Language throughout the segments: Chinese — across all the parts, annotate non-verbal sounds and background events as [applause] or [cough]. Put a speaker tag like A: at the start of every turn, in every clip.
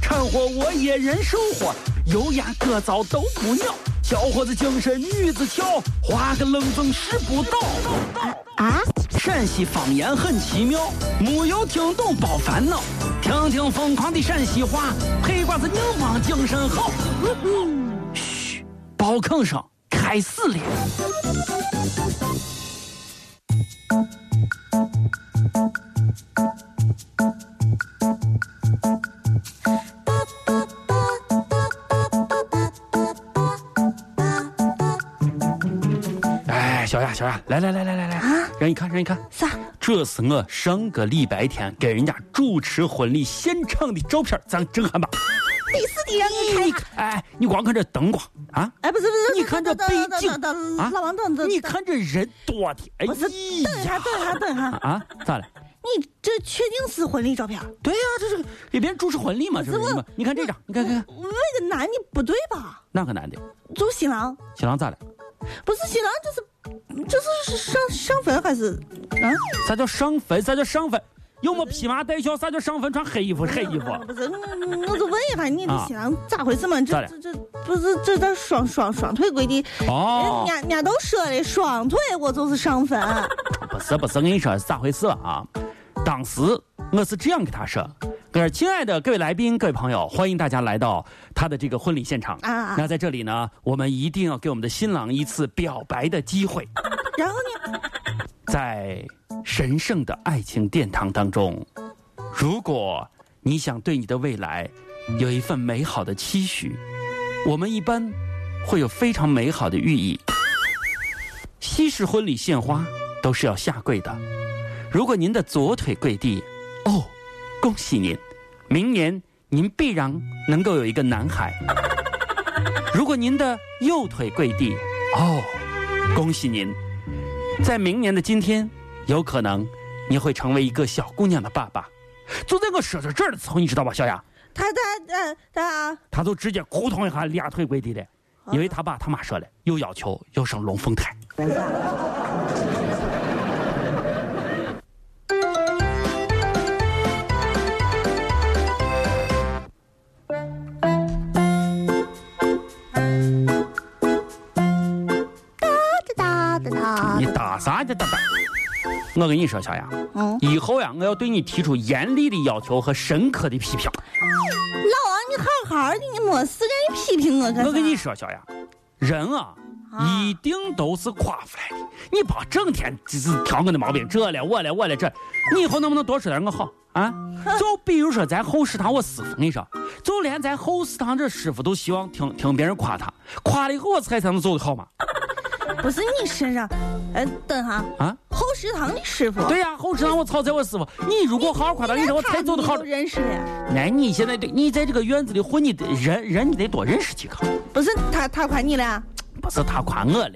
A: 掺和我也人生活，油盐各糟都不尿，小伙子精神女子俏，花个愣风拾不到。
B: 啊，
A: 陕西方言很奇妙，没有听懂别烦恼，听听疯狂的陕西话，黑瓜子硬邦精神好。嘘，包吭声开始了。哎，小雅，小雅，来来来来来来，让你看，让你看，
B: 啥？
A: 这是我上个礼拜天给人家主持婚礼现场的照片儿，咱震撼吧。
B: 你是你让我看
A: 你
B: 一看。
A: 看，哎，你光看这灯光啊，
B: 哎，不是不是，
A: 你看这
B: 等
A: 背
B: 等等
A: 景
B: 等等
A: 啊
B: 老王等等，
A: 你
B: 等
A: 看这人多的，哎
B: 不是等一下
A: 呀，
B: 等一下等一下，
A: 啊，咋了？
B: 你这确定是婚礼照片？
A: 对呀、这是给别人主持婚礼嘛，这不
B: 我
A: 是嘛？你看这张，你看看
B: 嗯
A: 看，
B: 那个男的不对吧？
A: 哪个男的？
B: 做新郎
A: 新郎咋了？
B: 不是新郎，这是这是上上坟还是啊？
A: 啥叫上坟？啥叫上坟？要么披麻戴孝，啥叫上坟？穿黑衣服，黑衣服。
B: 不是，嗯我就问一下你的新郎咋回事嘛？
A: 咋
B: 这
A: 了
B: 这这不是这这双双双腿跪地， [laughs] 哎人
A: 哦，
B: 家人家都说了双腿我就是上坟，
A: 不是不是，我跟你说是咋回事啊？当时我是这样给他说：“我说亲爱的各位来宾、各位朋友，欢迎大家来到他的这个婚礼现场。
B: 啊
A: 那在这里呢，我们一定要给我们的新郎一次表白的机会。”
B: 然后呢？
A: 在神圣的爱情殿堂当中，如果你想对你的未来有一份美好的期许，我们一般会有非常美好的寓意。西式婚礼献花都是要下跪的，如果您的左腿跪地，哦，恭喜您，明年您必然能够有一个男孩。如果您的右腿跪地，哦，恭喜您，在明年的今天，有可能你会成为一个小姑娘的爸爸。就在我说到这儿的时候，你知道吧，小雅，
B: 他他呃他
A: 她就直接扑通一下俩腿跪地了，因为她爸他妈说了，有要求要上龙凤胎。
B: 哒哒哒
A: 你打啥去打打？我跟你说，小雅，
B: 嗯，
A: 以后呀，我要对你提出严厉的要求和深刻的批评。
B: 老王你好好的，你没事让你批评我干啥？
A: 我跟你说，小雅，人啊，
B: 啊
A: 一定都是夸出来的。你别整天只是挑我的毛病，这了我了我了这，你以后能不能多说点我好
B: [laughs]
A: 啊？就比如说咱后食堂我师傅，我跟你说，就连咱后食堂这师傅都希望听听别人夸他，夸了以后我菜才能做得好嘛。
B: 不是你身上，哎等哈
A: 啊，
B: 后食堂的师傅，哎
A: 对呀、后食堂我炒菜我师傅，你如果好好夸他，跟你说我菜做
B: 你
A: 得好
B: 都。认识了，
A: 那你现在对你在这个院子里混，你得人人你得多认识几个。
B: 不是他他夸你了，
A: 不是他夸我了，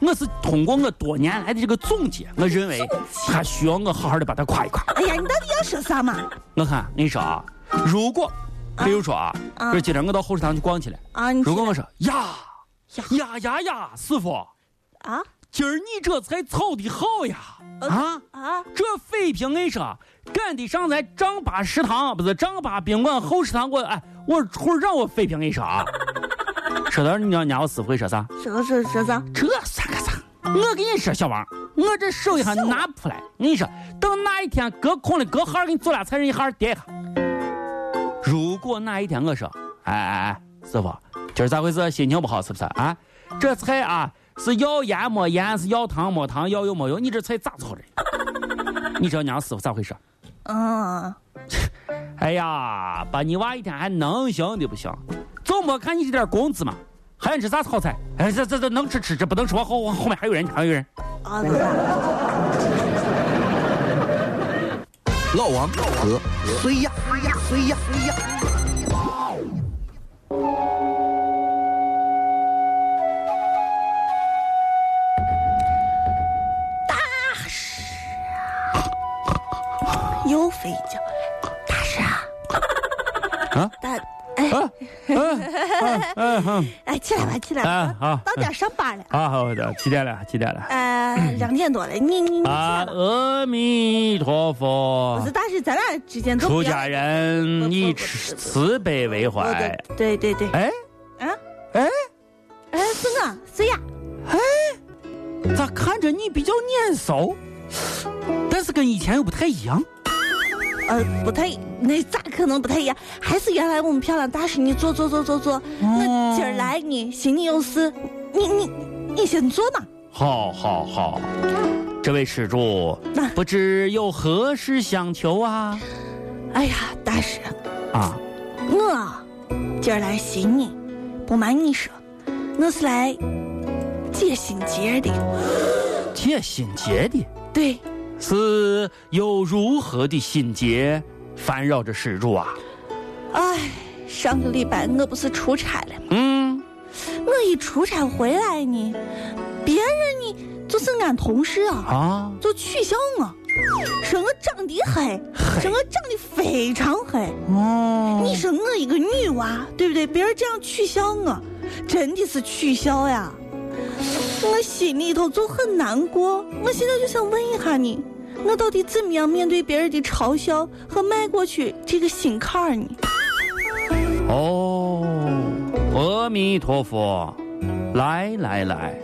A: 我是通过我多年来的这个总结，我认为他需要我好好的把他夸一夸。
B: 哎呀你到底要说啥嘛？
A: 我看，我跟你说啊，如果，比如说啊，
B: 啊
A: 就是今天我到后食堂去逛去了，
B: 啊你
A: 如果我说呀呀呀呀，师傅，
B: 啊
A: 今儿你这菜炒的好呀，啊，
B: 啊
A: 这水平，我跟你说，赶得上咱张八食堂，不是张八宾馆后食堂，我哎，我会让我水平，我跟你说 [laughs] 啊。说到这儿你知道人家我师傅会说啥？
B: 说说说啥？
A: 这算个啥？我跟你说，小王，我这手一下拿不出来。我跟你说，等哪一天隔空了隔行儿给你做俩菜，人一下儿叠一下。如果哪一天我说，哎哎哎，师傅，今儿咋回事？心情不好是不是啊？这菜啊是要盐没盐，是要糖没糖，要油没油，你这菜咋做的？你知道娘师傅咋回事？
B: 嗯。
A: 哎呀，把你娃一天还能行的不行，就没看你这点工资嘛，还想吃啥炒菜？哎，这这这能吃吃，这不能吃完后后后面还有人，还有人。
B: 啊，老大，
C: 老王和谁呀？谁呀？谁呀？
A: 啊
B: 啊大
A: 啊啊啊
B: 哎，起来吧，起来
A: 啊
B: 吧，
A: 啊
B: 到点上班了。
A: 啊！好的，几点了？几点了？
B: 呃，两点多了，你你你起
A: 嗯啊
B: 来，吧。
A: 阿弥陀
B: 不
A: 佛
B: 是，，但是咱俩之间都
A: 出
B: 不要
A: 家人以慈慈悲为
B: 我
A: 怀。
B: 的对对对，
A: 哎，
B: 啊，
A: 哎，
B: 哎，是我，谁呀？
A: 咋看着你比较眼熟？但是跟以前又不太一样。
B: 呃，不太，那咋可能不太一样？还是原来我们漂亮大师，你坐坐坐坐坐。
A: 哦
B: 我今儿来你心里有事，你你你先坐嘛。
A: 好，好，好。这位施主，不知有何事相求啊？
B: 哎呀，大师，
A: 啊，
B: 我今儿来寻你，不瞒你说，我是来解心结的。
A: 解心结的，
B: 对，
A: 是有如何的心结烦扰着施主啊？
B: 哎，上个礼拜我不是出差了吗？
A: 嗯，
B: 我一出差回来呢，别人呢就是俺同事啊，
A: 啊，
B: 就取笑我，说我长得黑，说我长得非常黑。
A: 哦，
B: 你说我一个女娃，对不对？别人这样取笑我，真的是取笑呀！我心里头就很难过。我现在就想问一下你，我到底怎么样面对别人的嘲笑和迈过去这个心坎儿呢？
A: 哦，阿弥陀佛，来来来，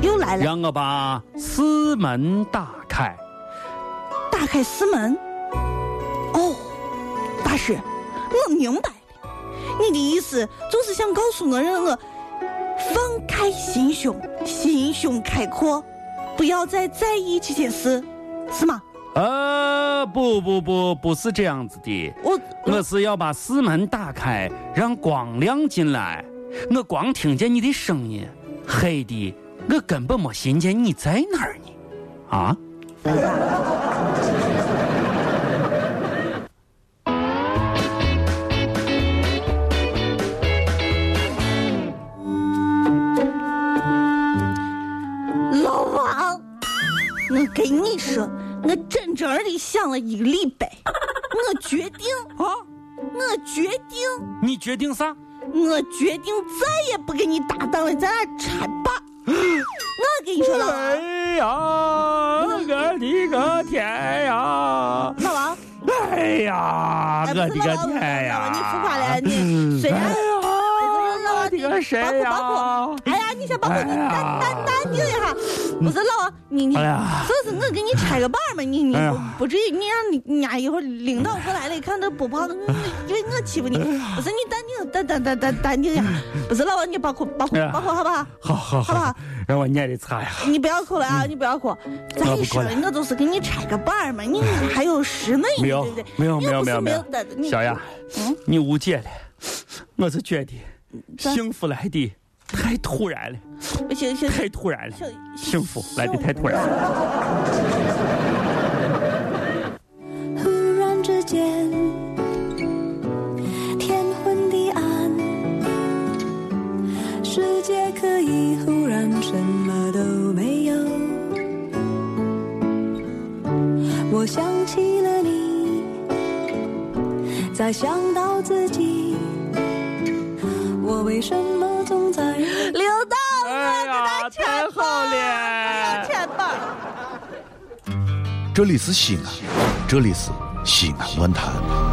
B: 又来了，
A: 让我把寺门打开。
B: 打开寺门。哦，大师，我明白了，你的意思就是想告诉我，让我呃放开心胸，心胸开阔，不要再在意这件事，是吗？
A: 呃，不不不，不是这样子的，
B: 我
A: 我是要把寺门打开，让光亮进来。我光听见你的声音，黑的，我根本没寻见你在哪儿呢。啊？
B: 老王，我跟你说，我真正的想了一个礼拜，我决定，
A: 啊？
B: 我决定，
A: 你决定啥？
B: 我决定再也不跟你搭档了，咱俩拆吧。我跟你说，老王，
A: 哎呀，我的个天呀！
B: 老王，
A: 哎呀，我
B: 哎
A: 的
B: 不
A: 个
B: 是老王，
A: 天
B: 老
A: 呀！
B: 王，你浮夸了，你虽然
A: 哎。呀，我的个神呀！
B: 哎呀，你先包括你淡淡淡定一下，不是老王，你你，
A: 哎呀
B: 这是我给你拆个伴儿嘛，你你
A: 哎呀
B: 不不至于，你让你你家一会儿领导过来了，一看这不胖，因为我欺负
A: 哎
B: 你，不是你淡定淡淡淡淡淡定一下，不是老王，你包括包括
A: 哎呀
B: 包括好不好？
A: 好好
B: 好不好
A: 好，让我念的擦呀！
B: 你不要哭了啊！你不要哭，再
A: 我不哭
B: 说
A: 了
B: 我就是给你拆个伴儿嘛，你还有十呢，
A: 没
B: 对
A: 有
B: 不对？
A: 没有没有
B: 又不
A: 没
B: 是
A: 有没有
B: 的，你
A: 小雅，
B: 嗯
A: 你误解了，我是觉得
B: 咋
A: 幸福来的太突然了，
B: 行行
A: 太突然了，
B: 行，
A: 幸福来的太突然了。
C: 忽然之间，天昏地暗，世界可以忽然什么都没有。我想起了你，再想到自己，我为什么总在
B: 刘大
A: 哎呀，太好了！
B: 拆伴儿。
D: 这里是西安，这里是西安论坛。